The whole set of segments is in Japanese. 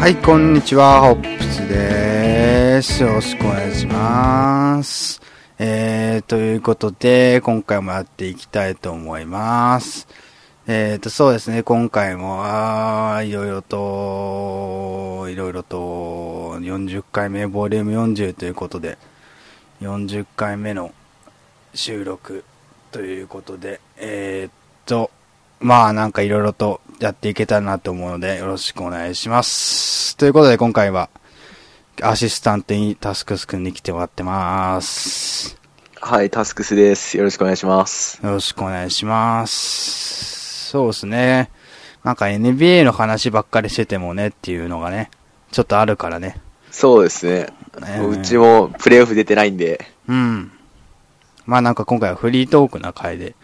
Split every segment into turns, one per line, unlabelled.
はい、こんにちは、ホップスです。よろしくお願いします。えー、ということで、今回もやっていきたいと思います。えーと、そうですね、今回も、あーいろいろと、いろいろと、40回目、ボリューム40ということで、40回目の収録ということで、えーと、まあなんかいろいろとやっていけたらなと思うのでよろしくお願いします。ということで今回はアシスタントにタスクスくんに来てもらってます。
はい、タスクスです。よろしくお願いします。
よろしくお願いします。そうですね。なんか NBA の話ばっかりしててもねっていうのがね、ちょっとあるからね。
そうですね。
ね
もううちもプレイオフ出てないんで、
うん。まあなんか今回はフリートークな回で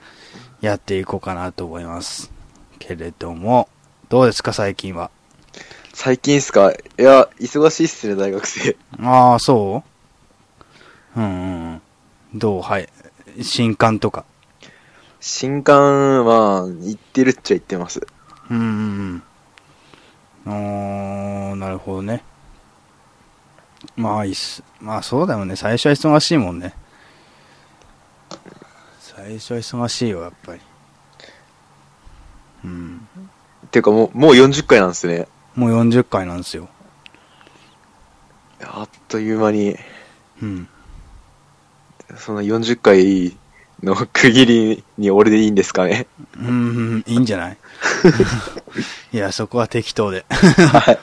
やっていこうかなと思います。けれども、どうですか最近は。
最近っすかいや、忙しいっすね、大学生。
ああ、そううん、うん。どうはい。新刊とか。
新刊、まあ、行ってるっちゃ行ってます。
うん、うんうん。おー、なるほどね。まあ、いいっす。まあ、そうだよね。最初は忙しいもんね。最初は忙しいよ、やっぱり。うん。
ていうかもう、もう40回なんですね。
もう40回なんですよ。
あっという間に、
うん。
その40回の区切りに俺でいいんですかね。
うんうん、いいんじゃ ないいや、そこは適当で。
は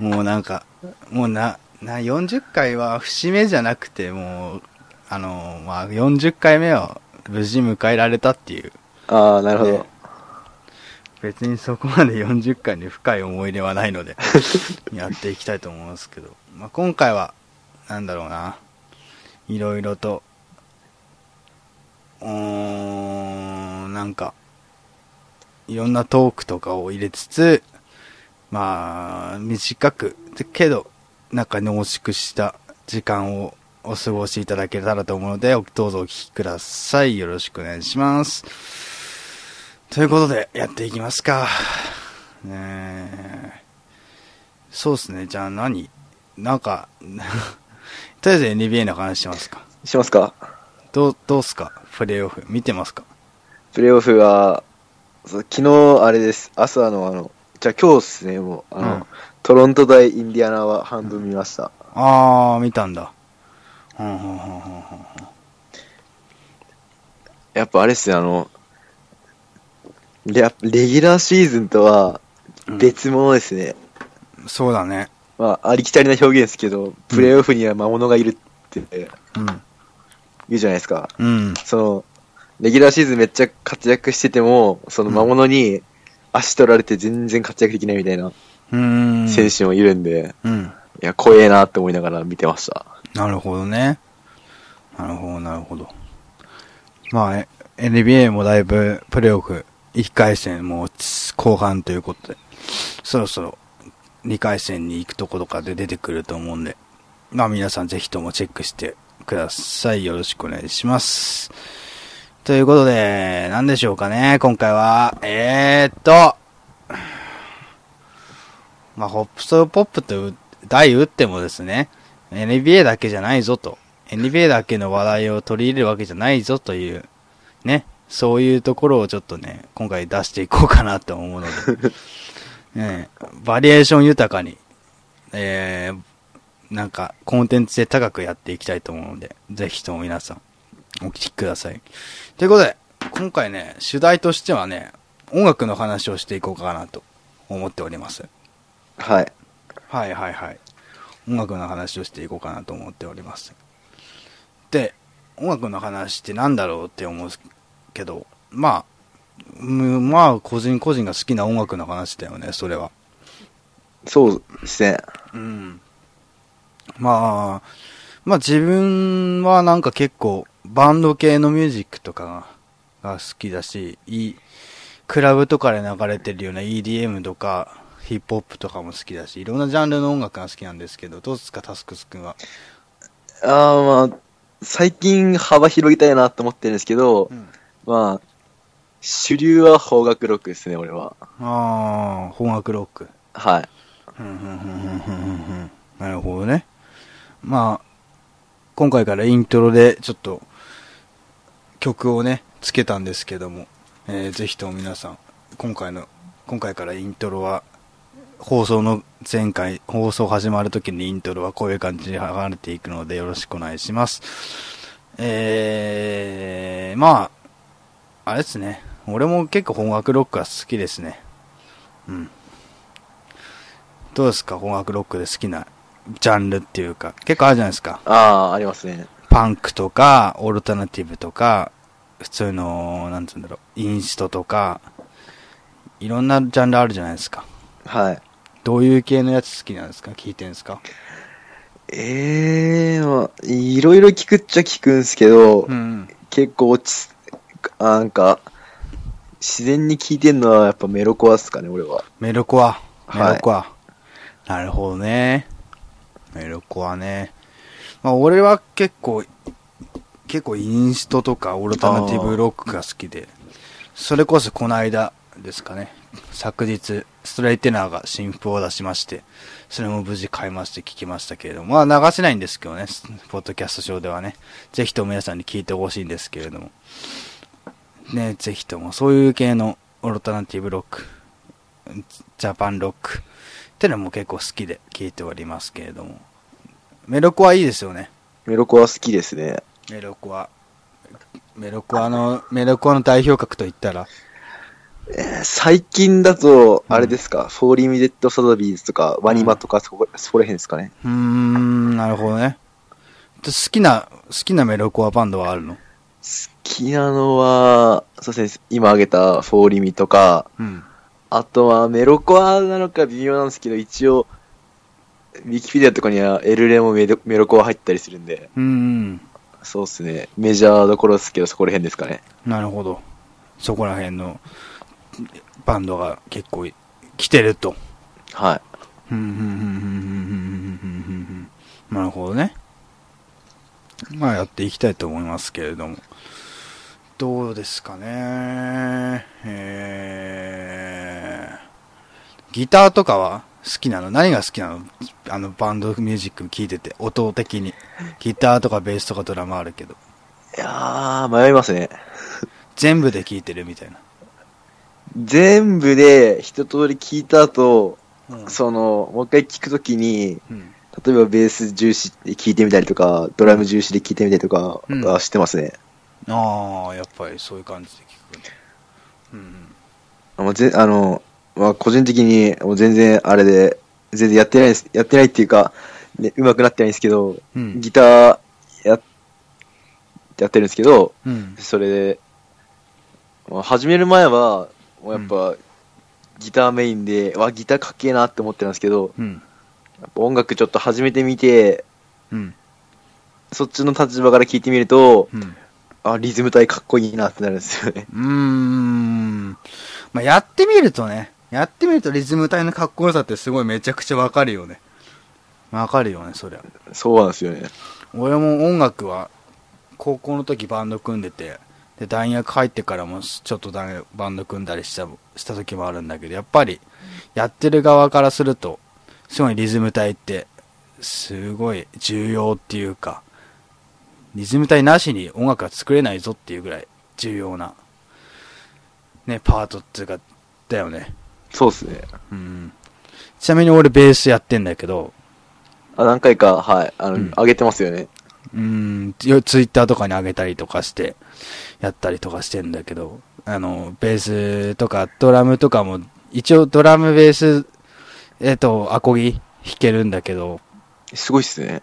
い。
もうなんか、もうな、な、40回は節目じゃなくて、もう、あの、まあ、40回目は無事迎えられたっていう。
ああ、なるほど。
ね別にそこまで40回に深い思い入れはないので、やっていきたいと思いますけど、まあ、今回は、なんだろうな、いろいろと、うーん、なんか、いろんなトークとかを入れつつ、まあ、短く、でけど、なんか濃縮した時間をお過ごしいただけたらと思うので、おどうぞお聞きください。よろしくお願いします。ということで、やっていきますか。ねえそうですね。じゃあ何なんか、 とりあえず NBA の話しますか。
しますか
どう、どうっすかプレイオフ。見てますか
プレイオフは、そう昨日あれです。朝のあの、じゃあ今日っすね、もう、あの、
うん
トロント対インディアナは半分見ました。
あー、見たんだ。うんうんうんうんうん
やっぱあれっすね、あの、やレギュラーシーズンとは
うん
別物ですね。
うんそうだね。
まあ、ありきたりな表現ですけど、プレイオフには魔物がいるって言
うん。
うじゃないですか。
うん。
その、レギュラーシーズンめっちゃ活躍してても、その魔物に、足取られて全然活躍できないみたいな
うーん。
選手もいるんで、
うん。
いや、怖えなって思いながら見てました。
なるほどね。なるほど、なるほど。まあ、え NBA もだいぶプレーオフ、1回戦もう後半ということで、そろそろ2回戦に行くところかで出てくると思うんで、まあ皆さんぜひともチェックしてください。よろしくお願いします。ということで、何でしょうかね、今回は。えーっと、まあ、ホップソーポップと題打ってもですね、NBA だけじゃないぞと、NBA だけの話題を取り入れるわけじゃないぞという、ね、そういうところをちょっとね、今回出していこうかなと思うので、 ねえ、バリエーション豊かに、えー、なんか、コンテンツで高くやっていきたいと思うので、ぜひとも皆さん、お聞きください。ということで、今回ね、主題としてはね、音楽の話をしていこうかなと思っております。
はい。
はいはいはい。音楽の話をしていこうかなと思っております。で、音楽の話ってなんだろうって思うけど、まあ、うんまあ、個人個人が好きな音楽の話だよね、それは。
そうですね。
うん。まあ、まあ自分はなんか結構バンド系のミュージックとかがが好きだし、いい、クラブとかで流れてるような EDM とかヒップホップとかも好きだし、いろんなジャンルの音楽が好きなんですけど、どうですかタスクス君は。
あーまあ、最近幅広げたいなと思ってるんですけど、まあ、主流は邦楽ロックですね、俺は。
ああ、本楽ロック。
はい。
ふんふんふんふんふんふんふんなるほどね。まあ、今回からイントロでちょっと曲をね、つけたんですけども、えーぜひとも皆さん、今回の、今回からイントロは、放送の前回、放送始まるときにイントロはこういう感じに剥がれていくのでよろしくお願いします。えー、まあ、あれですね。俺も結構本格ロックは好きですね。うん。どうですか音楽ロックで好きなジャンルっていうか、結構あるじゃないですか。
ああ、ありますね。
パンクとか、オルタナティブとか、普通の、なんつうんだろう、インストとか、いろんなジャンルあるじゃないですか。
はい。
どういう系のやつ好きなんですか聞いてんですか
ええまあ、いろいろ聞くっちゃ聞くんですけど、
うん。
結構落ち、なんか、自然に聞いてんのはやっぱメロコアっすかね、俺は。
メロコア。メ
はい
ロコア。なるほどね。メロコアね。まあ俺は結構、結構インストとかオルタナティブロックが好きで、それこそこの間ですかね。昨日、ストレイテナーが新譜を出しまして、それも無事買いまして聞きましたけれども、まあ流せないんですけどね、スポッドキャスト上ではね。ぜひとも皆さんに聞いてほしいんですけれども。ね、ぜひともそういう系のオルタナティブロック、ジャパンロックってのも結構好きで聞いておりますけれども。メロコはいいですよね。
メロコア好きですね。
メロコア。メロコアの、メロコアの代表格といったら、
えー最近だと、あれですか、フォーリミデッドサザビーズとか、ワニマとか、そこ、そこら辺ですかね。
うーん、なるほどね。で好きな、好きなメロコアバンドはあるの
好きなのは、そうですね、今挙げたフォーリミとか、
うん。
あとはメロコアなのか微妙なんですけど、一応、ウィキペディアとかにはエルレもメロメロコア入ったりするんで、
うーん。
そうですね、メジャーどころですけど、そこら辺ですかね。
なるほど。そこら辺のバンドが結構来てると。
はい。
ふんふんふんふんふんふんふんふんふんふんなるほどね。まあやっていきたいと思いますけれども。どうですかね。えー、ギターとかは好きなの何が好きなのあのバンドミュージック聴いてて、音的に。ギターとかベースとかドラムあるけど、
いやー、迷いますね。
全部で聴いてるみたいな。
全部で一通り聞いた後、
うん
その、もう一回聞くときに、
うん
例えばベース重視で聞いてみたりとか、ドラム重視で聞いてみたりとか
うん
はしてますね。
ああ、やっぱりそういう感じで聞くね。うん。
もうぜあの、まあ、個人的にもう全然あれで、全然やってないです、やってないっていうか、ね、上手くなってないんですけど、
うん
ギターや、やってるんですけど、
うん。
それで、まあ始める前は、もうやっぱ、ギターメインで、わ、ギターかっけえなって思ってたんですけど、
うん。
やっぱ音楽ちょっと始めてみて、
うん。
そっちの立場から聞いてみると、
うん。
あ、リズム体かっこいいなってなるんですよね。
うーん。まあ、やってみるとね、やってみるとリズム体のかっこよさってすごいめちゃくちゃわかるよね。わかるよね、そりゃ。
そうなんですよね。
俺も音楽は、高校の時バンド組んでて、で、大学入ってからもちょっとだけバンド組んだりした、した時もあるんだけど、やっぱり、やってる側からすると、すごいリズム体って、すごい重要っていうか、リズム体なしに音楽は作れないぞっていうぐらい重要な、ね、パートっていうか、だよね。
そうですね。
うん。ちなみに俺ベースやってんだけど、
あ、何回か、はい、あの、
うん
上げてますよね。
うん、よツイッターとかに上げたりとかして、やったりとかしてんだけど、あの、ベースとかドラムとかも、一応ドラム、ベース、えっ、と、アコギ弾けるんだけど、
すごいっすね。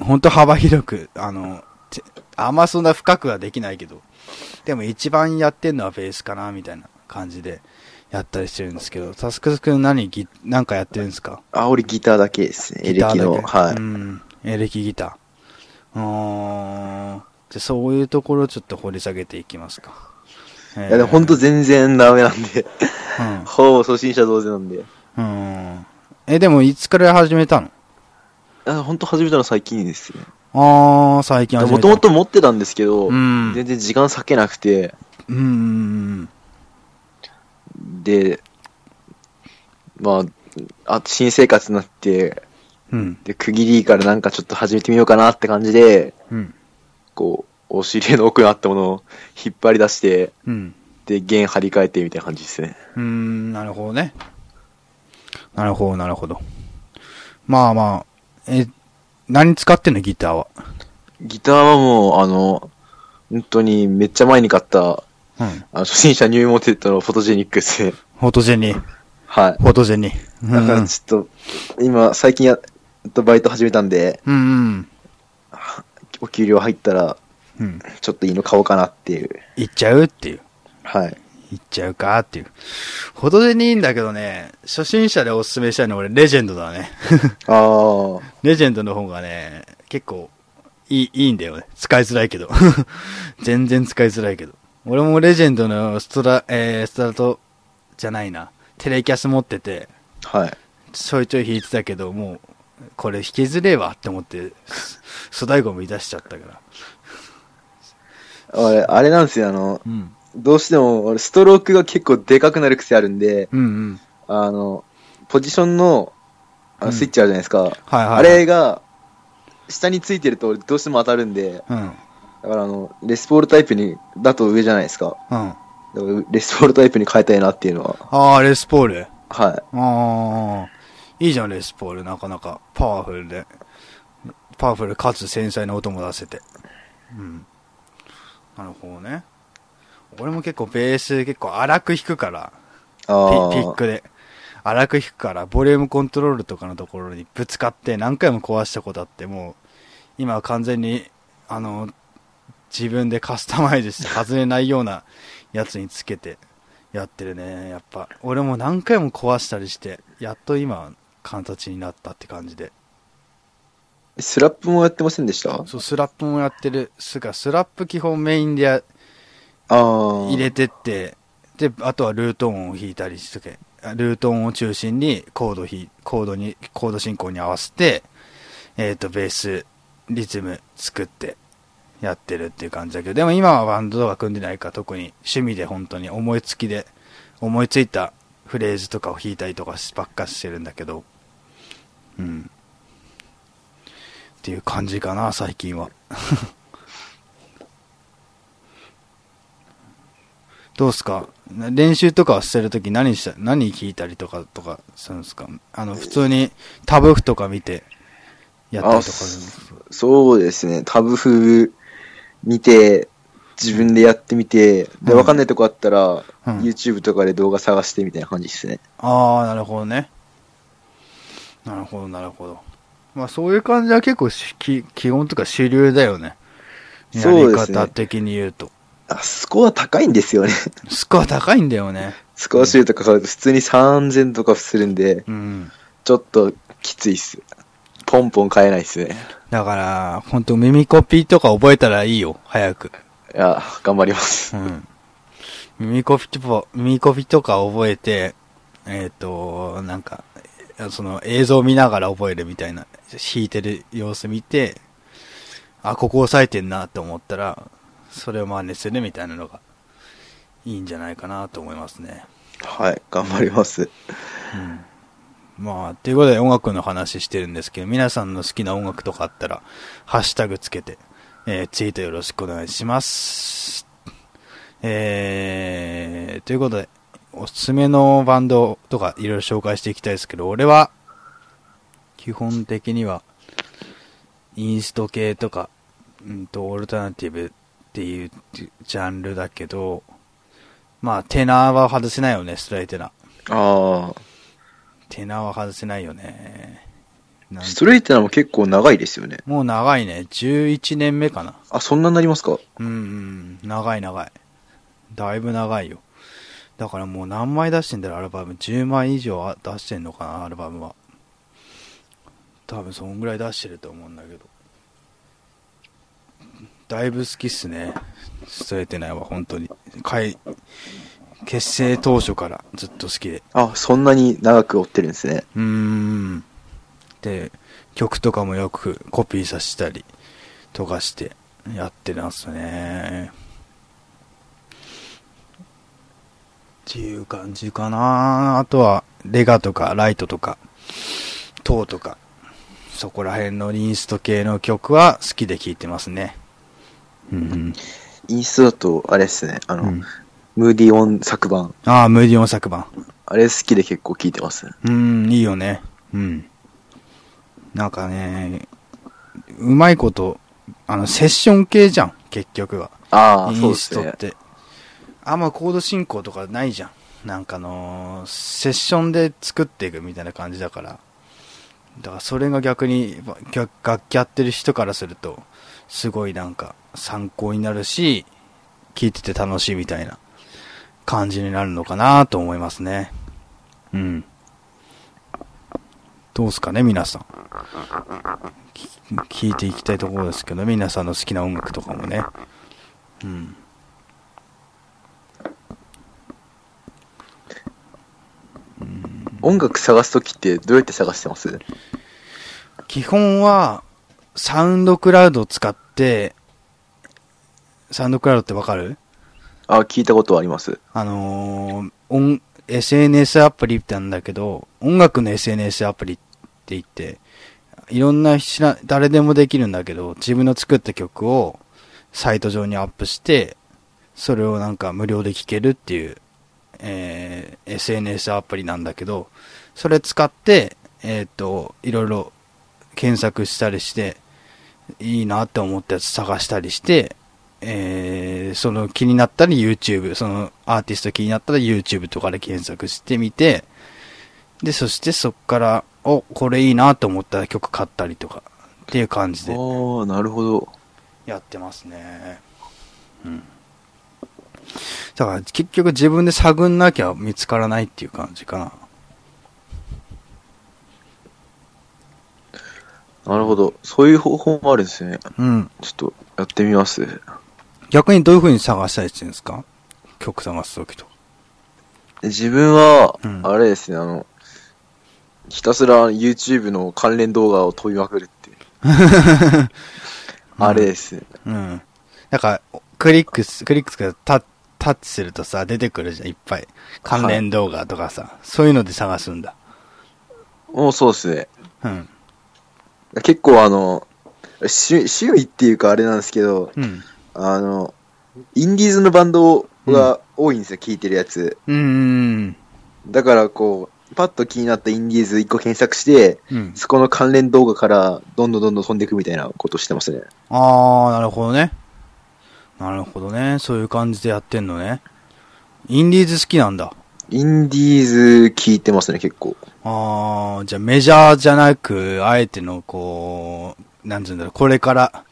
ほんと幅広く、あの、てあんまそんな深くはできないけど、でも一番やってんのはベースかな、みたいな感じで、やったりしてるんですけど、タスクス君何ギ、なんかやってるんですか
あ、俺ギターだけですね。エレキの。
ギターだけ
はい。
うん。エレキギター。うーん。じゃあそういうところをちょっと掘り下げていきますか。えー
いや、でもほんと全然ダメなんで。
うん
ほぼ初心者同然なんで。
うん。え、でもいつから始めたの
あ、ほんと始めたの最近ですね。
あー、最近始め
も
た
ともと持ってたんですけど、
うん
全然時間割けなくて、
うんうんうん
で、まあ、あ新生活になって、
うん。うん。
で、区切りからなんかちょっと始めてみようかなって感じで、
うん。
こう、お尻の奥にあったものを引っ張り出して、
うん。
で、弦張り替えてみたいな感じですね。
うーん、なるほどね。なるほど、なるほど。まあまあ、え、何使ってんのギターは。
ギターはもう、あの、本当にめっちゃ前に買った、
うん。
あの初心者入門セットのフォトジェニックですね。
フォトジェニー。
はい。
フォトジェニー。う
だから
ん
ちょっと、今、最近やっとバイト始めたんで、
うん。うんうん。
お給料入ったら、
うん。
ちょっといいの買おうかなっていう。
行っちゃうっていう。
はい。
行っちゃうかっていう。ほどでにいいんだけどね、初心者でおすすめしたいのは俺、レジェンドだね。
ああ。は
レジェンドの方がね、結構、いい、いいんだよね。使いづらいけど。 全然使いづらいけど。俺もレジェンドのストラ、えー、ストラト、じゃないな。テレキャス持ってて、
い。
ちょいちょい弾いてたけど、もう、これ弾きづれえわって思って、 粗大ゴミ出しちゃったから。
俺、あれなんですよ、あの、
うん。
どうしても、俺、ストロークが結構でかくなる癖あるんで、
うんうん。
あの、ポジションの、あ
うん
のスイッチあるじゃないですか。
はいはい。
あれが、下についてると、どうしても当たるんで、
うん。
だからあの、レスポールタイプに、だと上じゃないですか。
うん。
だからレスポールタイプに変えたいなっていうのは、
あー、レスポール。
は
ああ、いいじゃん、レスポール。なかなか。パワフルで。パワフルかつ繊細な音も出せて。うん。なるほどね。俺も結構ベース結構荒く弾くから、
い。
ピ
ああ。
ピックで。荒く弾くから、ボリュームコントロールとかのところにぶつかって何回も壊したことあって、もう、今は完全に、あの、自分でカスタマイズして外れないようなやつにつけてやってるね。やっぱ、俺も何回も壊したりして、やっと今、形になったって感じで。
スラップもやってませんでしたあ
そう、スラップもやってる。すが、スラップ基本メインでや
あー。
入れてって、で、あとはルート音を弾いたりしとけ。あルート音を中心にコード弾い、コードに、コード進行に合わせて、えっ、と、ベース、リズム作ってやってるっていう感じだけど、でも今はバンドとか組んでないから特に趣味で本当に思いつきで、思いついたフレーズとかを弾いたりとかしばっかしてるんだけど、うん。っていう感じかな、最近は。 どうっすかな練習とかはしてるとき何した、何聞いたりとか、とかするんですかあの、普通にタブ譜とか見てやったりとかするんですか
そうですね。タブ風見て、自分でやってみて、で、
うん
わかんないとこあったら、
うん
YouTube とかで動画探してみたいな感じですね。
ああ、なるほどね。なるほど、なるほど。まあそういう感じは結構しき基本とか主流だよね。や
そう
り
ですね
方的に言うと。
あスコア高いんですよね。
スコア高いんだよね。
スコアシュートとか買うと普通に3000とかするんで、
うん。
ちょっときついっす。ポンポン買えないっすね。
だから、ほんと耳コピーとか覚えたらいいよ、早く。
いや、頑張ります
う。ん。耳コピとか、耳コピとか覚えて、えっ、と、なんか、その映像見ながら覚えるみたいな、弾いてる様子見て、あ、ここ押さえてんなと思ったら、それを真似するみたいなのが、いいんじゃないかなと思いますね。
はい、頑張ります。
うん。まあ、ということで音楽の話してるんですけど、皆さんの好きな音楽とかあったら、ハッシュタグつけて、えーツイートよろしくお願いします。えー、ということで、おすすめのバンドとかいろいろ紹介していきたいですけど、俺は、基本的には、インスト系とか、うんと、オルタナティブっていうジャンルだけど、まあ、テナーは外せないよね、ストライテナー。
あ
テナーは外せないよね。な
あ、
ん
ストレイトなのも結構長いですよね。
もう長いね。11年目かな。
あ、そんなになりますか
うんうん。長い長い。だいぶ長いよ。だからもう何枚出してんだろう、アルバム。10枚以上あ出してんのかな、アルバムは。多分そんぐらい出してると思うんだけど。だいぶ好きっすね。ストレートナイは本当に。開結成当初からずっと好きで。
あ、そんなに長く追ってるんですね。
うーん。で、曲とかもよくコピーさせたりとかしてやってますね。っていう感じかな。あとは、レガとかライトとか、トーとか、そこら辺のインスト系の曲は好きで聴いてますね。うん
インストだと、あれですね、あ
う
の、
ん。うん、
ムーディオン作版。
ああ、ムーディオン作版。
あれ好きで結構聞いてます。
うん、いいよね。うん。なんかね、うまいこと、あの、セッション系じゃん、結局は。
ああ、
イ
そう
ン
で
ス
す
ト
ね
っ。て。あんまコード進行とかないじゃん。なんかあのーセッションで作っていくみたいな感じだから。だからそれが逆に、楽楽器やってる人からすると、すごいなんか参考になるし、聴いてて楽しいみたいな感じになるのかなと思いますね。うん。どうすかね、皆さん。き聞いていきたいところですけど、皆さんの好きな音楽とかもね。うん。
音楽探すときってどうやって探してます
基本は、サウンドクラウドを使って、サウンドクラウドってわかる
あ、聞いたことはあります。
あのー音、SNS アプリってなんだけど、音楽の SNS アプリって言って、いろんな知ら、誰でもできるんだけど、自分の作った曲をサイト上にアップして、それをなんか無料で聴けるっていう、えー SNS アプリなんだけど、それ使って、えっ、と、いろいろ検索したりして、いいなって思ったやつ探したりして、えーその気になったら YouTube、そのアーティスト気になったら YouTube とかで検索してみて、で、そしてそっから、お、これいいなと思ったら曲買ったりとか、っていう感じで
ああ、なるほど。
やってますね。うん。だから結局自分で探んなきゃ見つからないっていう感じかな。
なるほど。そういう方法もあるんですね。
うん。
ちょっとやってみます。
逆にどういう風に探したりしてるんですか曲探すときとか。
自分は
う、ん
あれですね、あの、ひたすら YouTube の関連動画を飛びまくるっていう。あれですね。
うん。なんか、クリックす、クリックするタタッチするとさ、出てくるじゃん、いっぱい。関連動画とかさ、そういうので探すんだ。
もうそうですね。
うん。
結構あの、趣趣味っていうかあれなんですけど、
うん。
あの、インディーズのバンドが多いんですよ、聴いてるやつ。
うーん。
だからこう、パッと気になったインディーズ1個検索して、
うん。
そこの関連動画からどんどんどんどん飛んでいくみたいなことしてますね。
あー、なるほどね。なるほどね。そういう感じでやってんのね。インディーズ好きなんだ。
インディーズ聞いてますね、結構。
あー、じゃあメジャーじゃなく、あえてのこう、なんつうんだろう、これから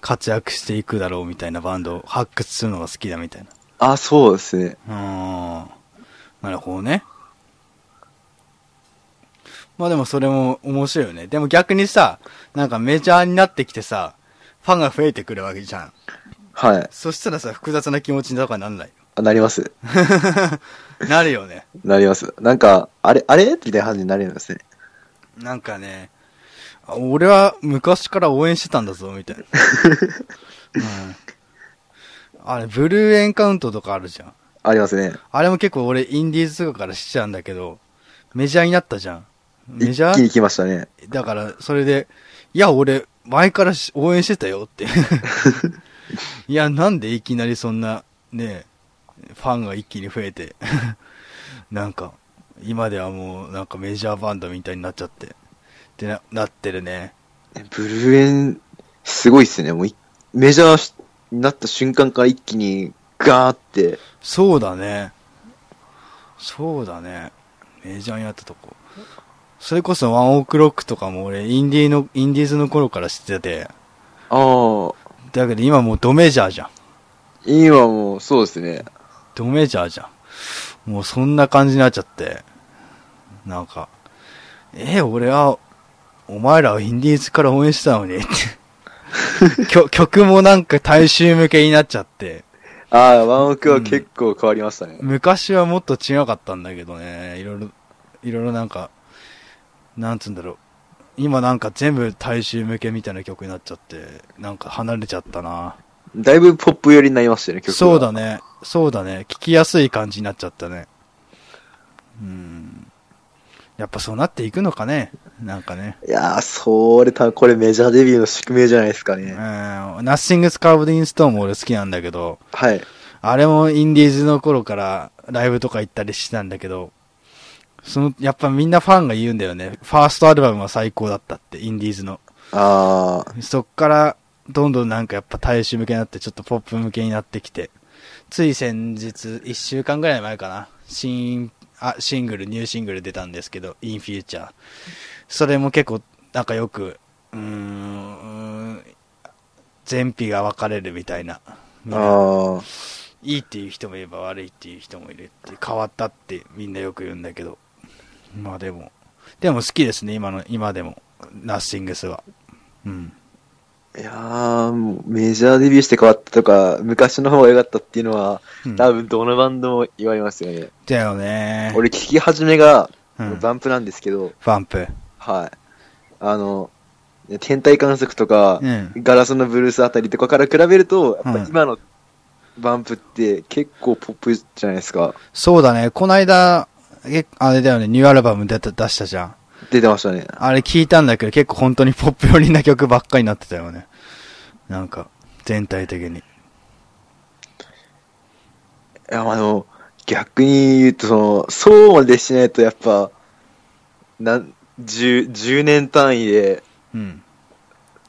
活躍していくだろうみたいなバンドを発掘するのが好きだみたいな。
あ、そうですね。
うーん。なるほどね。まあでもそれも面白いよね。でも逆にさ、なんかメジャーになってきてさ、ファンが増えてくるわけじゃん。
はい。
そしたらさ、複雑な気持ちにだからなんない。
あなります。
なるよね。
なります。なんか、あれ、あれみたいな感じになりますね。
なんかね、あ俺は昔から応援してたんだぞ、みたいな。うん、あれ、ブルーエンカウントとかあるじゃん。
ありますね。
あれも結構俺インディーズとかから知ってたんだけど、メジャーになったじゃん。メジャ
一気に
ー
来ましたね。
だから、それで、いや、俺、前からし応援してたよって。 いや、なんでいきなりそんな、ね、ファンが一気に増えて。 なんか、今ではもう、なんかメジャーバンドみたいになっちゃって。ってな、なってるね。
ブルーエン、すごいっすね。もうい、メジャーになった瞬間から一気にガーって、
そうだね。そうだね。メジャーになったとこ。それこそワンオークロックとかも俺、インディーの、インディーズの頃から知ってて。
ああ、
だけど今もうドメジャーじゃん。
今もう、そうですね。
ドメジャーじゃん。もうそんな感じになっちゃって。なんか、え俺は、お前らをインディーズから応援してたのに って。曲曲もなんか大衆向けになっちゃって。
ああ、ワンオクは結構変わりましたね。
昔はもっと違かったんだけどね、いろいろ、いろいろなんか、なんつうんだろう。今なんか全部大衆向けみたいな曲になっちゃって、なんか離れちゃったな。
だいぶポップ寄りになりましたよね、曲が
そうだ。ね。そうだね。聞きやすい感じになっちゃったね。うん。やっぱそうなっていくのかね。なんかね。
いやー、それた、これメジャーデビューの宿命じゃないですか
うん。
ね。
Nothing's Carved in Stone も俺好きなんだけど、
はい。
あれもインディーズの頃からライブとか行ったりしてたんだけど、その、やっぱみんなファンが言うんだよね。ファーストアルバムは最高だったって、インディーズの。
あ
そっから、どんどんなんかやっぱ大衆向けになって、ちょっとポップ向けになってきて、つい先日、1週間ぐらい前かな、新、あ、シングル、ニューシングル出たんですけど、In Future。それも結構、なんかよく、うーん、前否が分かれるみたいな。みん
ー、
な
あー、
いいっていう人もいれば悪いっていう人もいるって、変わったってみんなよく言うんだけど。まあでも、でも好きですね、今の、今でも、ナッシングスは。うん。
いやー、もうメジャーデビューして変わったとか、昔の方が良かったっていうのは、
うん
多分どのバンドも言われますよね。
だよね。
俺、聞き始めが、
うん
バンプなんですけど、
ファンプ。
はい。あの、天体観測とか、
うん
ガラスのブルースあたりとかから比べると、やっぱ
うん
今のバンプって結構ポップじゃないですか。
そうだね、こないだ、えあれだよね、ニューアルバム出た出したじゃん。
出てましたね。
あれ聞いたんだけど、結構本当にポップ寄りな曲ばっかりになってたよね。なんか、全体的に。
いや、まあの、逆に言うと、その、そうまでしないとやっぱ、なん、10、10年単位で、
うん。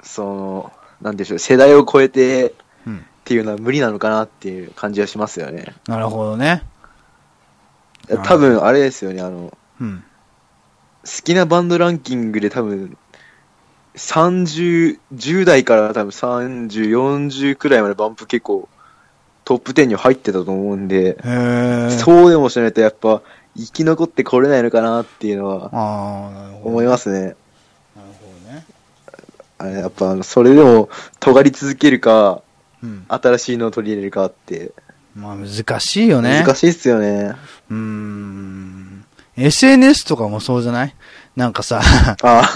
その、なんでしょう、世代を超えてっ
うん。
ていうのは無理なのかなっていう感じはしますよね。
なるほどね。うん
多分、あれですよね、あの、
うん。
好きなバンドランキングで多分、30、10代から多分30、40くらいまでバンプ結構トップ10に入ってたと思うんで、
へー。
そうでもしないとやっぱ生き残ってこれないのかなっていうのは
ああ、なるほど。
思いますね。
なるほどね。
あれやっぱあのそれでも尖り続けるか、
うん。
新しいのを取り入れるかって
まあ難しいよね。
難しいっすよね。
うーん。SNS とかもそうじゃないなんか さ、
あ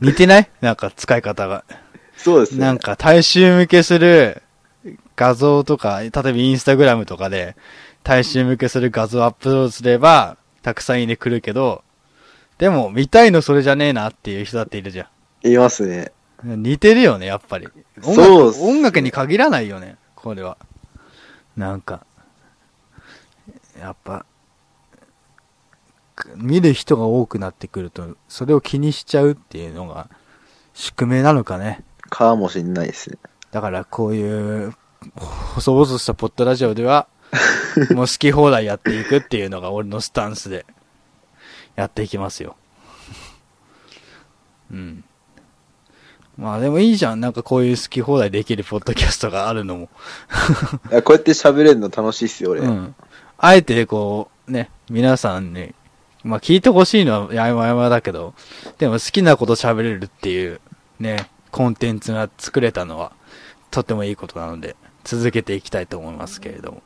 似てないなんか使い方が。
そうですね。
なんか大衆向けする画像とか、例えばインスタグラムとかで、大衆向けする画像をアップロードすれば、たくさんいいね来るけど、でも見たいのそれじゃねえなっていう人だっているじゃ
言いますね。
ん。似てるよね、やっぱり。音楽
そうっすね
音楽に限らないよね、これは。なんか、やっぱ、見る人が多くなってくると、それを気にしちゃうっていうのが、宿命なのかね。
かもしんないですね。
だからこういう、細々したポッドラジオでは、もう好き放題やっていくっていうのが俺のスタンスで、やっていきますよ。うん。まあでもいいじゃん。なんかこういう好き放題できるポッドキャストがあるのも。
いやこうやって喋れるの楽しいっすよ、俺。
うん。あえてこう、ね、皆さんに、まあ聞いてほしいのはやまやまだけど、でも好きなこと喋れるっていう、ね、コンテンツが作れたのは、とてもいいことなので、続けていきたいと思いますけれども。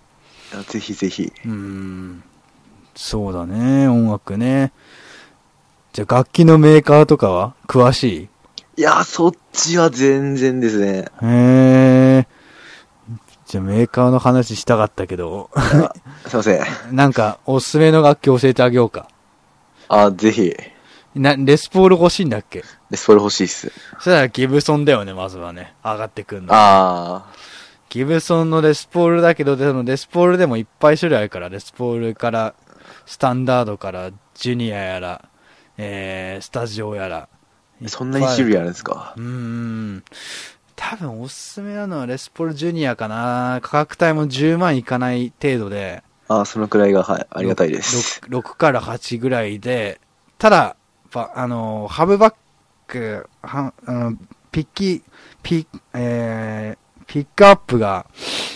あぜひぜひ。
うーん。そうだね、音楽ね。じゃあ楽器のメーカーとかは詳しい
いや、そっちは全然です ね。
へえ。じゃあメーカーの話したかったけ ど、
あすいません。
なんかおすすめの楽器教えてあげようか。
あ、ぜひ。
な、レスポール欲しいんだっけ
で、それ欲しいっす。
そしたらギブソンだよね、まずはね。上がってくんの。
あ
ギブソンのレスポールだけど、でもレスポールでもいっぱい種類あるから、レスポールから、スタンダードから、ジュニアやら、えー、スタジオやら。
ー、そんなに種類あるんですか
うーん。多分おすすめなのはレスポールジュニアかな。価格帯も10万いかない程度で。
あーそのくらいが、はい、ありがたいです。
6, から8ぐらいで、ただ、ばあのー、ハブバック、はあのピッキ、ピッ、えー、ピックアップが、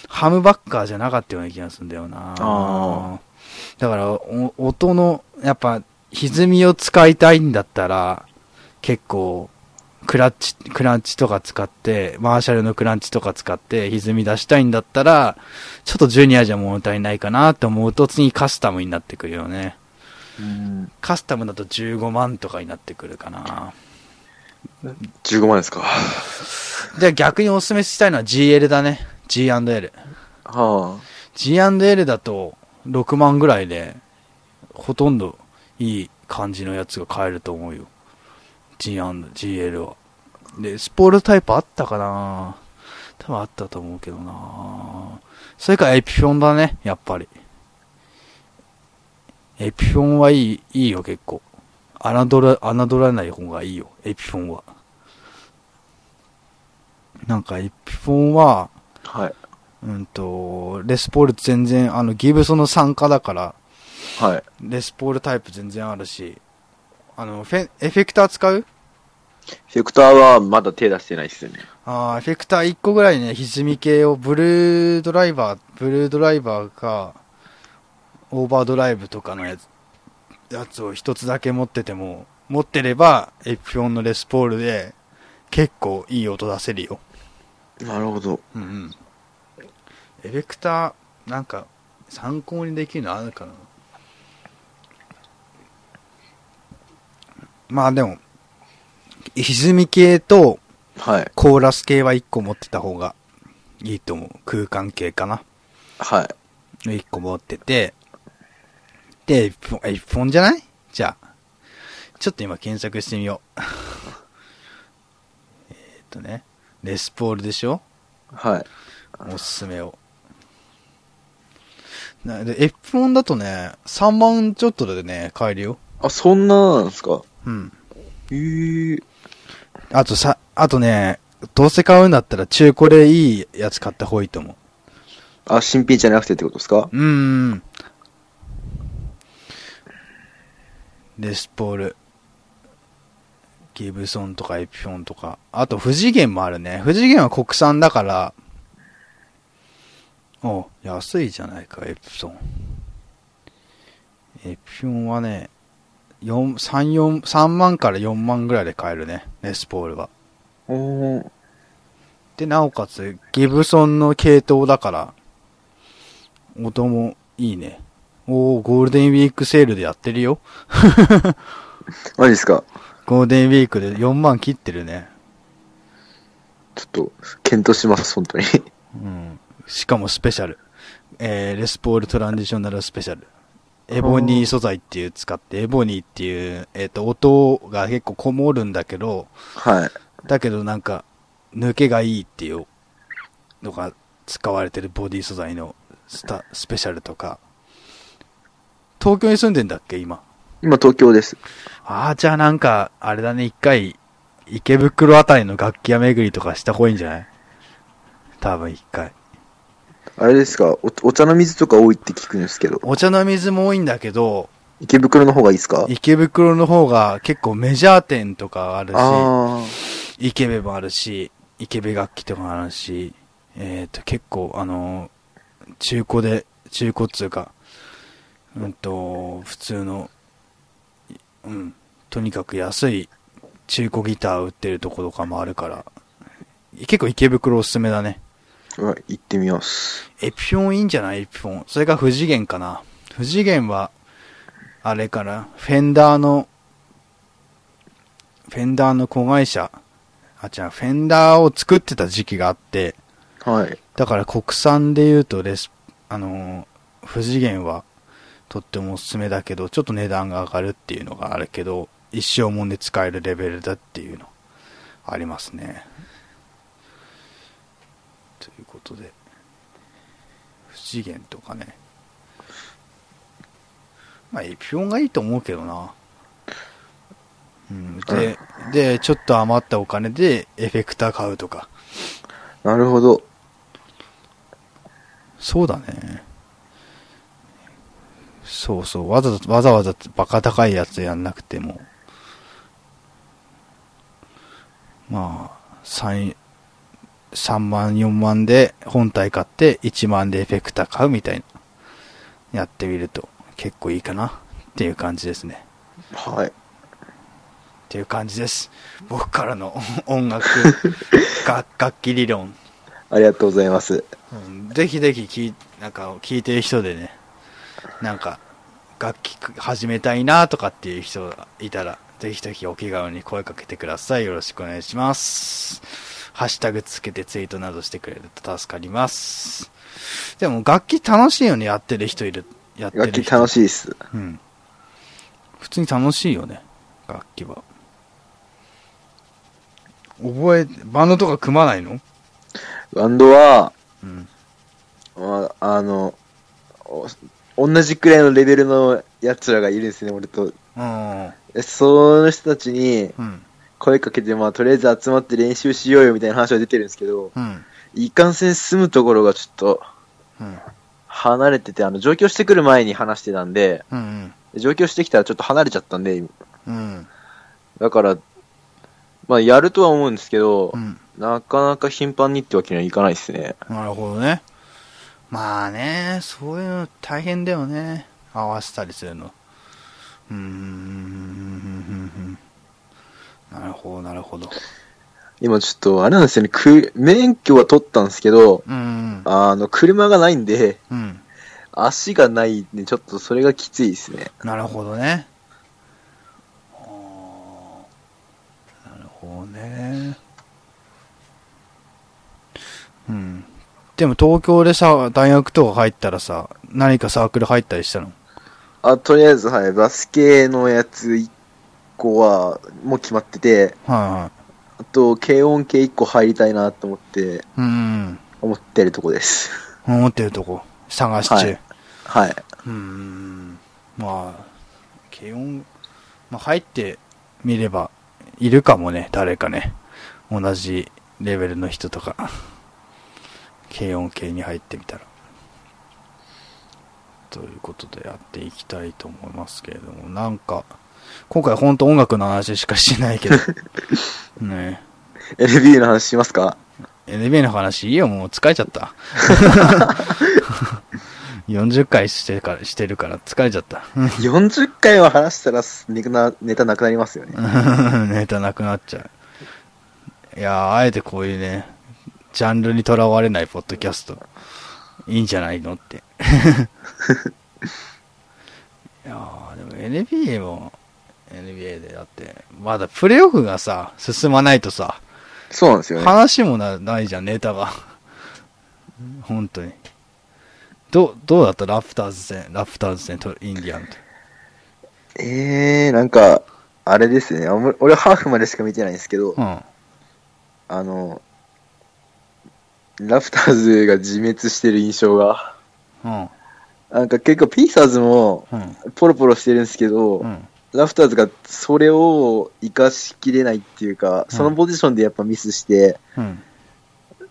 ハムバッカーじゃなかったような気がするんだよな。
あ
だからお、音の、やっぱ、歪みを使いたいんだったら、結構、クラッチ、クランチとか使って、マーシャルのクランチとか使って、歪み出したいんだったら、ちょっとジュニアじゃ物足りないかなって思うと、次カスタムになってくるよね。
うん
カスタムだと15万とかになってくるかな。
15万ですか。
じゃあ逆におすすめしたいのは GL だね。G&L。
は
G&L だと6万ぐらいで、ほとんどいい感じのやつが買えると思うよ。G&L は。で、スポールタイプあったかな多分あったと思うけどなそれからエピフォンだね、やっぱり。エピフォンはいい、いいよ結構。侮ら、侮らない方がいいよ、エピフォンは。なんかエピフォンは、
あ。はい。
うんと、レスポール全然、あの、ギブソンの参加だから、
はい。
レスポールタイプ全然あるし、あの、フェン、エフェクター使う
セクターはまだ手出してないっすよね。
ああ、エフェクター1個ぐらいね、歪み系を、ブルードライバー、ブルードライバーか、オーバードライブとかのやつ、やつを一つだけ持ってても、持ってれば、エピオンのレスポールで、結構いい音出せるよ。
なるほど。
うんうん。エフェクター、なんか、参考にできるのあるかなまあでも、歪み系と
はい。
コーラス系は1個持ってた方がいいと思う。空間系かな。
はい。
1個持ってて、で、一本、え一本じゃないじゃあ、ちょっと今検索してみよう。 えーっとね、レスポールでしょ
はい。
おすすめを。なで、エプロンだとね、3万ちょっとでね、買えるよ。
あ、そんななんですか
うん。
えー、
あとさ、あとね、どうせ買うんだったら中古でいいやつ買った方がいいと思
あ、新品じゃなくてってことですか
う。うーん。レスポール。ギブソンとかエピフォンとか。あと、不次元もあるね。不次元は国産だから、お安いじゃないか、エプソン。エピフォンはね、4、3、4、3万から4万ぐらいで買えるね。レスポールは。
おー
で、なおかつ、ギブソンの系統だから、音もいいね。おー、ゴールデンウィークセールでやってるよ。
マジですか
ゴールデンウィークで4万切ってるね。
ちょっと、検討します、本当に。
うん。しかもスペシャル。えー、レスポールトランディショナルスペシャル。エボニー素材っていう使って、エボニーっていう、えっ、と、音が結構こもるんだけど、
はい。
だけどなんか、抜けがいいっていうのが使われてるボディ素材のスタ、スペシャルとか。東京に住んでんだっけ、今。
今、東京です。
ああ、じゃあなんか、あれだね、一回、池袋あたりの楽器屋巡りとかした方がいいんじゃない多分一回。
あれですかおお茶の水とか多いって聞くんですけど、
お茶の水も多いんだけど、
池袋の方がいいですか
池袋の方が結構メジャー店とかあるし、
あ
イケベもあるし、イケベ楽器とかもあるし、えっ、と、結構、あのー中古で、中古っつうか、うんと、普通の、いうん、とにかく安い中古ギター売ってるところとかもあるから、結構池袋おすすめだね。
うわ、行ってみます。
エピフォンいいんじゃないエピフォン。それか不次元かな。不次元は、あれかな。フェンダーの、フェンダーの子会社。あ、違う、フェンダーを作ってた時期があって、
はい。
だから国産で言うとレス、あのー、不次元はとってもおすすめだけど、ちょっと値段が上がるっていうのがあるけど、一生もんで使えるレベルだっていうの、ありますね。ということで、不次元とかね。まあ、エピオンがいいと思うけどな。うん、で、で、ちょっと余ったお金でエフェクター買うとか。
なるほど。
そうだね。そうそう。わざわざ、わざわざバカ高いやつやんなくても。まあ、三、三万、4万で本体買って、1万でエフェクター買うみたいな。やってみると結構いいかなっていう感じですね。
はい。
っていう感じです。僕からの音楽、楽楽器理論。
ありがとうございます。
うんぜひぜひ聞いなんか聞いてる人でね、なんか楽器始めたいなとかっていう人がいたら、ぜひぜひお気軽に声かけてください。よろしくお願いします。ハッシュタグつけてツイートなどしてくれると助かります。でも楽器楽しいよね、やってる人いる。やってる
楽
人
器楽しいです。
うん。普通に楽しいよね、楽器は。覚え、バンドとか組まないの
バンドは、
うん。
まあ、あの、お同じくらいのレベルの奴らがいるんですね、俺と。
うん。
でその人たちに
うん。
声かけて、まあ、とりあえず集まって練習しようよみたいな話は出てるんですけど、
うん。
いかんせん住むところがちょっと
うん。
離れてて、あの、上京してくる前に話してたんで、
うん
上京してきたらちょっと離れちゃったんで、今
うんうん
だから、まあ、やるとは思うんですけど、
うん
なかなか頻繁にってわけにはいかないですね。
なるほどねまあねそういうの大変だよね合わせたりするのうーんなるほどなるほど
今ちょっと、あれなんですよね、く免許は取ったんですけど、
うん
あの、車がないんで、
うん
足がないんで、ちょっとそれがきついですね。
なるほどねあーなるほどねうんでも東京でさ大学とか入ったらさ何かサークル入ったりしたの
あ、とりあえず、はい、バスケのやつ1個は、もう決まってて、
はいはい
あと、軽音系1個入りたいなと思って、
うん
思ってるとこです。
思ってるとこ探し中、
はいうはい。
うーんまあ軽音、まあ、入ってみればいるかもね誰かね同じレベルの人とか軽音系に入ってみたらということでやっていきたいと思いますけれどもなんか今回ほんと音楽の話しかしない けどね
LB の話しますか
え NBA の話いいよもう疲れちゃった40回してからしてるから疲れちゃった
40回は話したらネタなネタなくなりますよね。
ネタなくなっちゃう。いやー、あえてこういうね、ジャンルにとらわれないポッドキャスト、いいんじゃないのって。いやー、でも NBA も、NBA でだって、まだプレイオフがさ、進まないとさ、
そうなんですよね。
話もなないじゃん、ネタが。本当に。どう、どうだったラプターズ戦、ラプターズ戦とインディアンと。
えー、なんか、あれですね。あんま俺ハーフまでしか見てないんですけど、
うん。
あの、ラフターズが自滅してる印象が、
うん。
なんか結構ピーサーズも
うん。
ポロポロしてるんですけど、
うん。
ラフターズがそれを活かしきれないっていうか、そのポジションでやっぱミスして、
うん。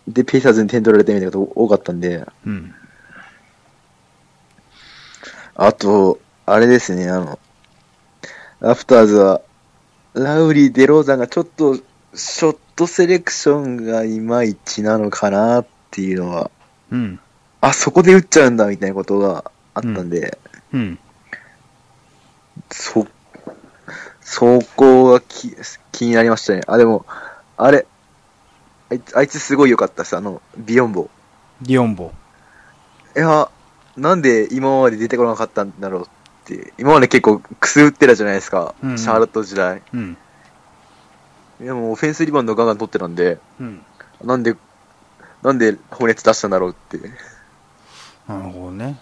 で、ペイサーズに点取られたみたいなこと多かったんで、
うん。
あと、あれですね、あの、ラフターズは、ラウリー・デローザンがちょっと、ショットセレクションがいまいちなのかなっていうのは、
うん。
あ、そこで打っちゃうんだみたいなことがあったんで、
うん。
そ、そこがき気になりましたね。あ、でも、あれ、あいつ、あいつすごい良かったです、あの、ビヨンボ。
ディオンボ。
いや、なんで今まで出てこなかったんだろうって、今まで結構くすぶってたじゃないですか、
うん
シャーロット時代。
うん。
いやもうオフェンスリバウンドガンガン取ってたんで、
うん。
なんで、なんで放熱出したんだろうって。
なるほどね。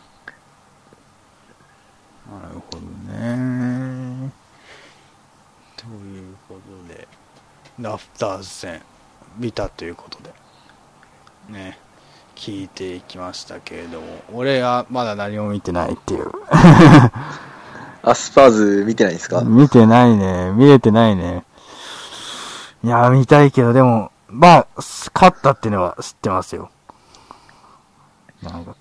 なるほどね。ということで、ラフターズ戦、見たということで、ね、聞いていきましたけれども、俺はまだ何も見てないっていう。
アスパーズ見てないんですか、
見てないね。見れてないね。いやー、見たいけど、でも、まあ、す勝ったっていうのは知ってますよ。なんか、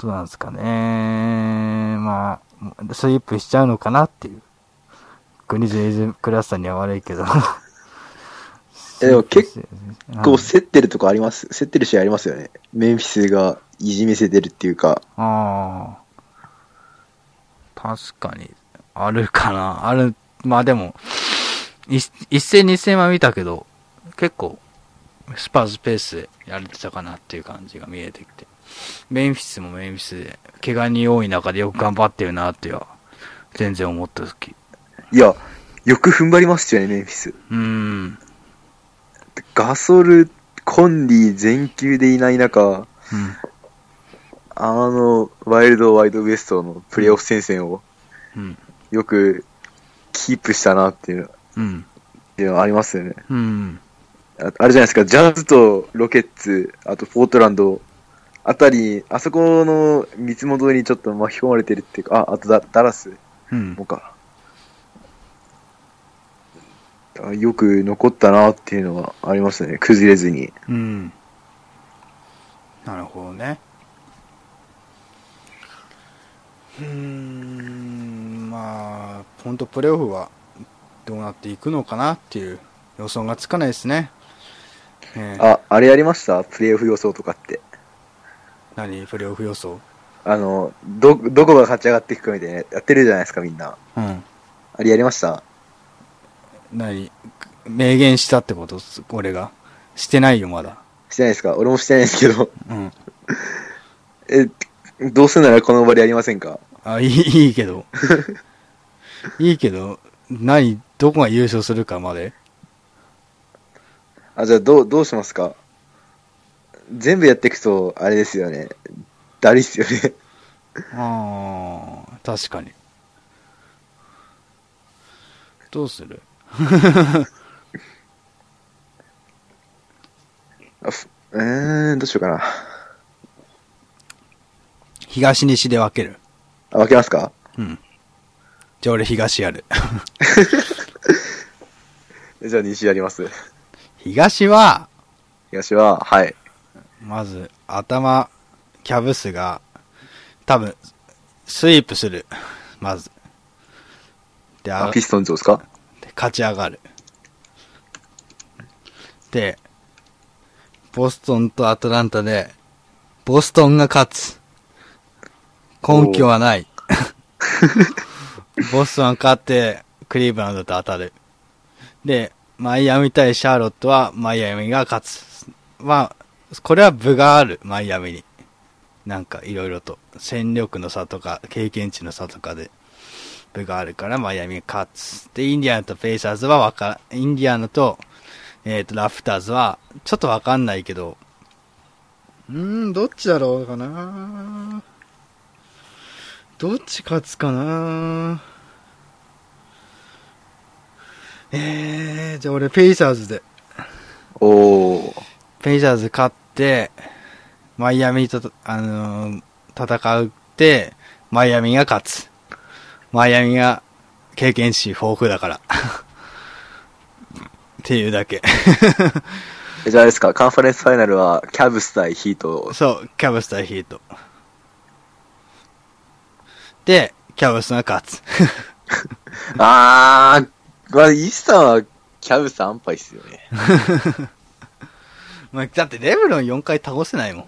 どうなんですかね。まあ、スリップしちゃうのかなっていう。グリズリズクラスさんには悪いけど。
えでも 結こ
は
う、
い
競ってるとこあります、競ってる試合ありますよね。メンフィスがいじめせてるっていうか、
ああ。確かに、あるかな。ある、まあでも、い一戦二戦は見たけど、結構、スパーズペースでやれてたかなっていう感じが見えてきて。メンフィスもメンフィスで、怪我に多い中でよく頑張ってるなっては、全然思った時。
いや、よく踏ん張りましたよね、メンフィス。
うーん。
ガソル、コンリー全球でいない中、あの、ワイルドワイドウエストのプレーオフ戦線を
うん。うん。
よくキープしたなっていうの
うん。
っていうのはありますよね。
うん。
ああれじゃないですか、ジャズとロケッツ、あとポートランドあたり、あそこの三つ戻りにちょっと巻き込まれてるっていうか、あ、あとダダラス
うん
も。か。あよく残ったなっていうのはありますね、崩れずに。
うん。なるほどね。うーん、まあ、本当プレーオフはどうなっていくのかなっていう予想がつかないですね。ええ
あ、あれやりましたプレーオフ予想とかって。
何プレーオフ予想
あの、ど、どこが勝ち上がっていくかみたいな、やってるじゃないですか、みんな。
うん。
あれやりました
何明言したってこと俺が。してないよ、まだ。
してないですか俺もしてないですけど。
うん。
え、どうせならこの場でやりませんか
あ、いい、いいけ ど。いいけど、何どこが優勝するかまで
あ、じゃあどう、どうしますか全部やっていくと、あれですよね。だるいっすよね。
ああ、確かに。どうする
あふうーん、どうしようかな。
東西で分ける。
あ、分けますか
うん。じゃあ俺東やる。
じゃあ西やります。
東は、
東は、はい。
まず頭、キャブスが、多分、スイープする。まず。で、あ
あ、ピストンズですか
で勝ち上がる。で、ボストンとアトランタで、ボストンが勝つ。根拠はない。ボストンが勝って、クリーブランドと当たる。で、マイアミ対シャーロットはマイアミが勝つ。まあ、これは部がある、マイアミに。なんかいろいろと。戦力の差とか、経験値の差とかで。部があるからマイアミが勝つ。で、インディアナとペイサーズはわかインディアナと、えっ、と、ラフターズは、ちょっとわかんないけど、うーん、どっちだろうかなどっち勝つかなえー、じゃあ俺ペイサーズで。
おー。
ペイジャーズ勝って、マイアミとと、あのー戦うって、マイアミが勝つ。マイアミが経験値豊富だから。 っていうだけ。
えじゃああれですか、カンファレンスファイナルは、キャブス対ヒー ト。
そう、キャブス対ヒート。で、キャブスが勝つ。
あー、まあ、イースターはキャブさん安牌っすよね。
まあ、だってレブロン4回倒せないもん。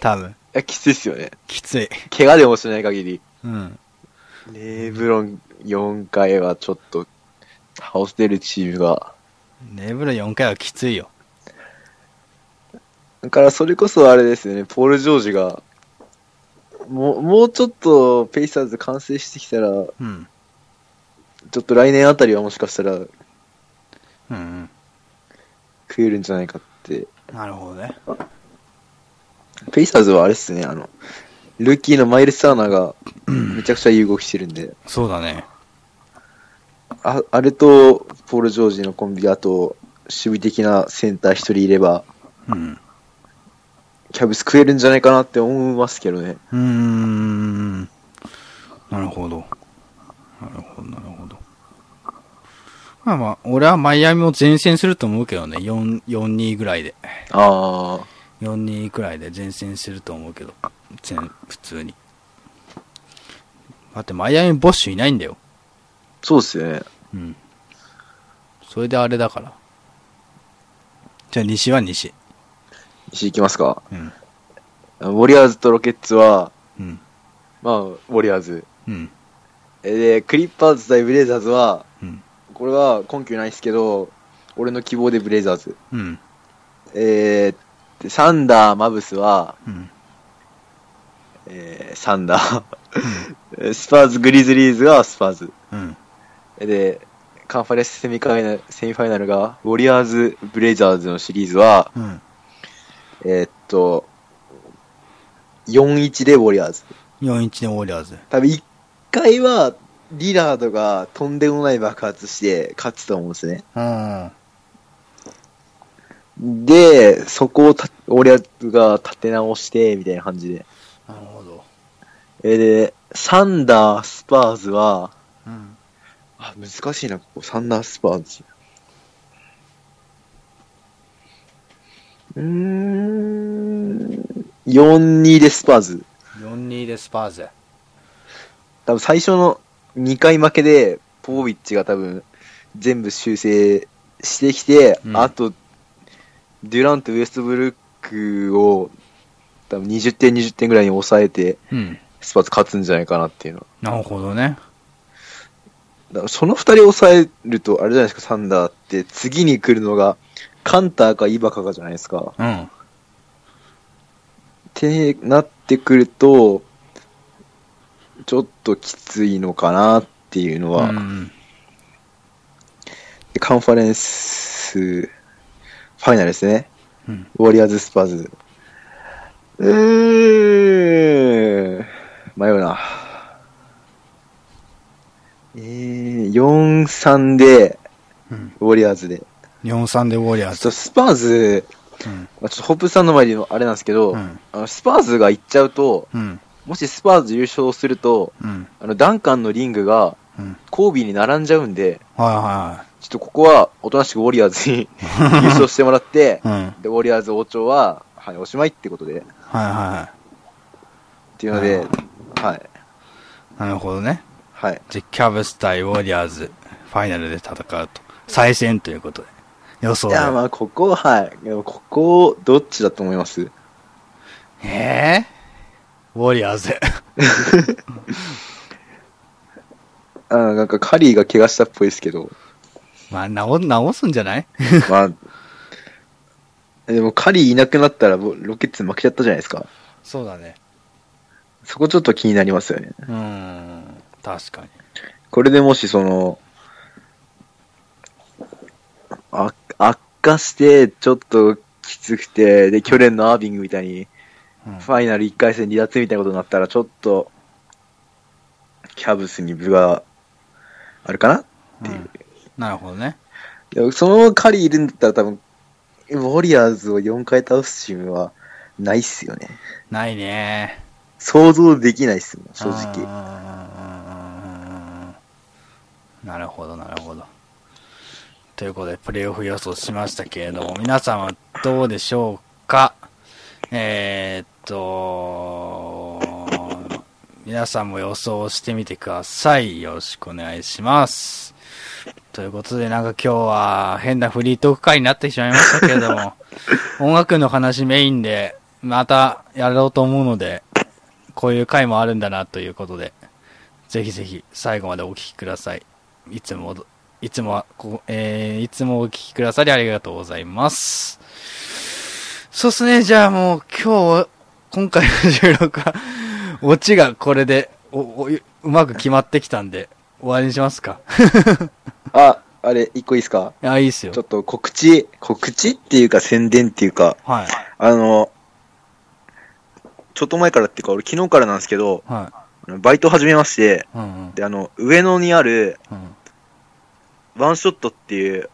多分。
いや、きついっすよね。
きつい。
怪我でもしない限り。
うん。
レブロン4回はちょっと、倒せるチームが。
レブロン4回はきついよ。
だからそれこそあれですよね、ポール・ジョージが、もう、もうちょっとペイサーズ完成してきたら、ちょ
うん。
っと来年あたりはもしかしたら
うん、
食えるんじゃないかって。
うん。なるほどね。
ペイサーズはあれっすね、あの、ルーキーのマイルス・アーナがめちゃくちゃいい動きしてるんで、
そうだね。
ああれとポール・ジョージのコンビ、あと守備的なセンター一人いれば、
うん。
キャブス食えるんじゃないかなって思いますけどね。
うーん。なるほど。なるほど、なるほど。まあまあ、俺はマイアミも前線すると思うけどね。4、4-2ぐらいで。
ああ。
4-2くらいで前線すると思うけど。全、普通に。だってマイアミボッシュいないんだよ。
そうっすよね。
うん。それであれだから。じゃあ西は西。
西行きますか。
うん。
ウォリアーズとロケッツは、
うん。
まあ、ウォリアーズ。
うん。
えーで、クリッパーズ対ブレイザーズは、
うん。
これは根拠ないですけど、俺の希望でブレイザーズ。
うん。
えーでサンダー、マブスは、
うん。
えーサンダー。えー スパーズ、グリズリーズはスパーズ。
うん。
で、カンファレンスセミカイナセミファイナルが、ウォリアーズ、ブレイザーズのシリーズは、
うん。
えーっと、4-1でウォリアーズ。
4-1でウォリアーズ。
多分一回は、リラードがとんでもない爆発して勝つと思うんですね。
うん。
で、そこをた、俺らが立て直して、みたいな感じで。
なるほど。
えーで、サンダー、スパーズは、
うん。
あ、難しいな、ここ、サンダー、スパーズ。うーん、4-2でスパーズ。
4-2でスパーズ。
多分最初の2回負けで、ポービッチが多分、全部修正してきて、
うん
あと、デュラント、ウエストブルックを、多分20点、20点ぐらいに抑えて、
うん。
スパーズ勝つんじゃないかなっていうのは。
なるほどね。
だからその二人抑えると、あれじゃないですか、サンダーって、次に来るのが、カンターかイバカかじゃないですか。
うん。
ってなってくると、ちょっときついのかなっていうのは、
うん。
でカンファレンス、ファイナルですね。
うん。
ウォリアーズ・スパーズ。うーん。迷うな。えー、4-3で、
うん。
ウォリアーズで。
4-3でウォリアー
ちょっと
ズ。
スパーズ、
うん。
まあちょっとホップさんの前でのあれなんですけど、
うん
あのスパーズが行っちゃうと、
うん。
もしスパーズ優勝すると、
うん。
あのダンカンのリングが
うん。
コービーに並んじゃうんで、
は
ちょっとここはおとなしくウォリアーズに 優勝してもらって
いはい。、うん。
でウォリアーズ王朝は、はい、おしまいってことで、っ
はいは
ていうので、はい、
い。なるほどね。
はい、
じゃあ、キャブス対ウォリアーズ、ファイナルで戦うと。再戦ということで。予想
い
で。
や、まあ、ここは、はい、でもここ、どっちだと思います
えー、ウォリアーズ。
あのなんかカリーが怪我したっぽいですけ ど、
まあ、直、直すんじゃない
まあ、でもカリーいなくなったら、もうロケッツ負けちゃったじゃないですか。
そうだね。
そこちょっと気になりますよね。
うーん。確かに。
これでもしその、あ悪化して、ちょっときつくて、で、去年のアービングみたいに、
うん
ファイナル1回戦離脱みたいなことになったら、ちょっと、キャブスに分があるかなっていう。
なるほどね。
でもそのカリーいるんだったら多分、ウォリアーズを4回倒すチームはないっすよね。
ないね
想像できないっすもん、正
うー
直。
んなるほど、なるほど。ということで、プレイオフ予想しましたけれども、皆さんはどうでしょうかえー、っと、皆さんも予想してみてください。よろしくお願いします。ということで、なんか今日は変なフリートーク会になってしまいましたけれども、 音楽の話メインで、またやろうと思うので、こういう回もあるんだなということで、ぜひぜひ最後までお聞きください。いつもど、いつもはこ、えー、いつもお聞きくださりありがとうございます。そうっすね、じゃあもう今日、今回の収録は、オチがこれで、おおうまく決まってきたんで、終わりにしますか。
あ、あれ、一個いいですか
あ、いいっすよ
ちょ。っと告知、告知っていうか宣伝っていうか、
はい。
あの、ちょっと前からっていうか、俺昨日からなんですけど、
は
あのバイト始めまして、
い。うんうん。
で、あの、上野にある
うん
ワンショットっていう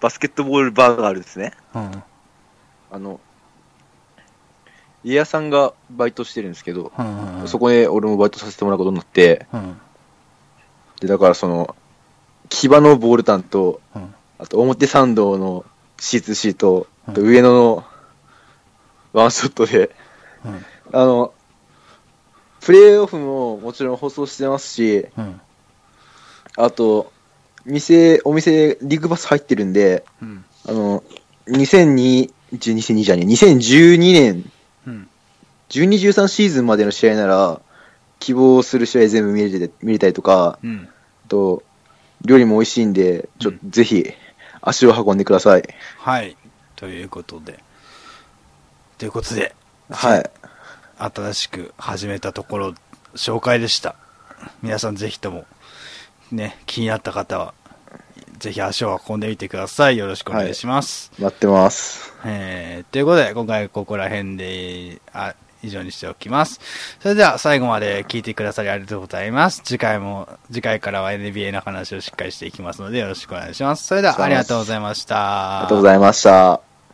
バスケットボールバーがあるんですね。
うん。
あの、家屋さんがバイトしてるんですけど、
うんうん。
そこで俺もバイトさせてもらうことになって、
うん。
で、だからその、木場のボールタンと、
うん。
あと表参道の C2C と、あと
うん
上野のワンショットで、
うん。
あの、プレイオフももちろん放送してますし、
うん。
あと、店、お店、リーグバス入ってるんで、
うん。
あの、2002、2002じゃねえ、2012年、
うん。
12、13シーズンまでの試合なら、希望する試合全部見れて見れたりとか、
うん。
あと、料理も美味しいんで、ちょっと、ぜひ、足を運んでください。
はい。ということで。ということで、
はい。
新しく始めたところ、紹介でした。皆さんぜひとも、ね、気になった方は、ぜひ足を運んでみてください。よろしくお願いします。
待ってます。
えーということで、今回ここら辺で、あ、以上にしておきます。それでは最後まで聞いてくださりありがとうございます。次回も、次回からは NBA の話をしっかりしていきますのでよろしくお願いします。それではありがとうございました。
ありがとうございました。